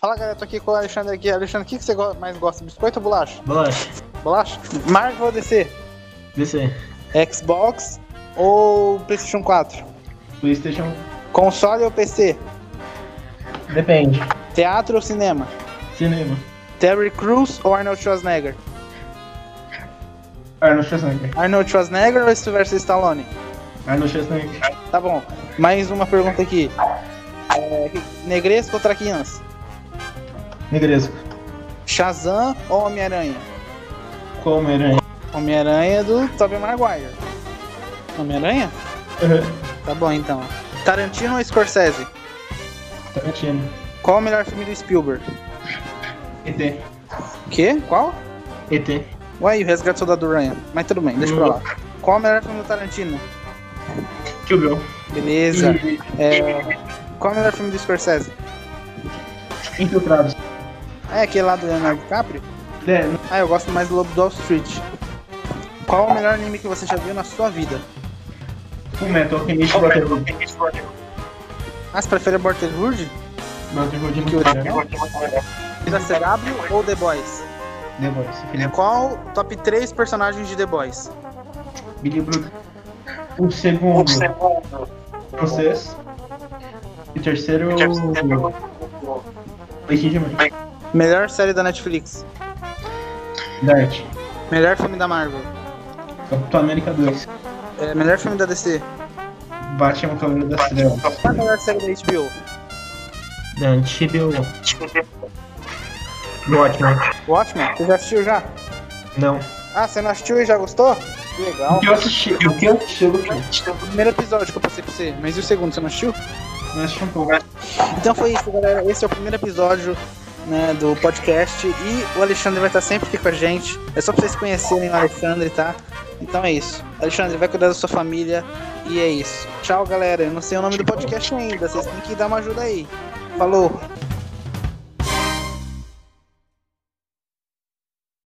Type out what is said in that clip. Fala galera, tô aqui com o Alexandre aqui. Alexandre, o que, que você go- mais gosta? Biscoito ou bolacha? Bolacha, Bolacha? Marvel ou DC? DC, Xbox ou PlayStation 4? PlayStation, Console ou PC? depende. Teatro ou cinema? Cinema, Terry Crews ou Arnold Schwarzenegger? Arnold Schwarzenegger, Arnold Schwarzenegger ou Sylvester Stallone? Arnold Schwarzenegger, Tá bom. Mais uma pergunta aqui. É, Negresco ou Traquinas? Negresco, Shazam ou Homem-Aranha? como aranha. Homem-Aranha do Tobey Maguire. Homem-Aranha? Tá bom então. Tarantino ou Scorsese? Tarantino, Qual o melhor filme do Spielberg? ET, Quê? Qual? ET, Uai, o Resgate do Soldado Ryan. Mas tudo bem, deixa pra lá. Qual o melhor filme do Tarantino? Kill Bill, Beleza. É, Qual o melhor filme do Scorsese? Infiltrados, Ah, É aquele lá do Leonardo DiCaprio? é, Ah, eu gosto mais do Lobo do Wall Street. Qual o melhor anime que você já viu na sua vida? Full Metal, Alchemist, Brotherhood, Ah, você prefere Borderwood? Brotherhood é muito melhor. Da CW ou The Boys? The Voice, filha, Qual o top 3 personagens de The Boys? é Billy Brook, o segundo, francês, e o terceiro, Legitiman, Melhor série da Netflix? Dart, Melhor filme da Marvel? Capitão América 2, É, melhor filme da DC? Batman, Cavaleiro das Trevas, Qual a melhor série da HBO? Dante, Bill, Watchmen, Watchmen? Você já assistiu já? não. Ah, você não assistiu e já gostou? Que O Legal. que eu assisti, o que eu assisti, eu gostei. É O primeiro episódio que eu passei pra você, mas e o segundo, você não assistiu? Mas assisti um pouco. Então foi isso, galera. Esse é o primeiro episódio né, do podcast. E o Alexandre vai estar sempre aqui com a gente. É só pra vocês conhecerem o Alexandre, tá? Então é isso. Alexandre, vai cuidar da sua família. E é isso. Tchau, galera. Eu não sei o nome do podcast ainda. Vocês têm que dar uma ajuda aí. Falou.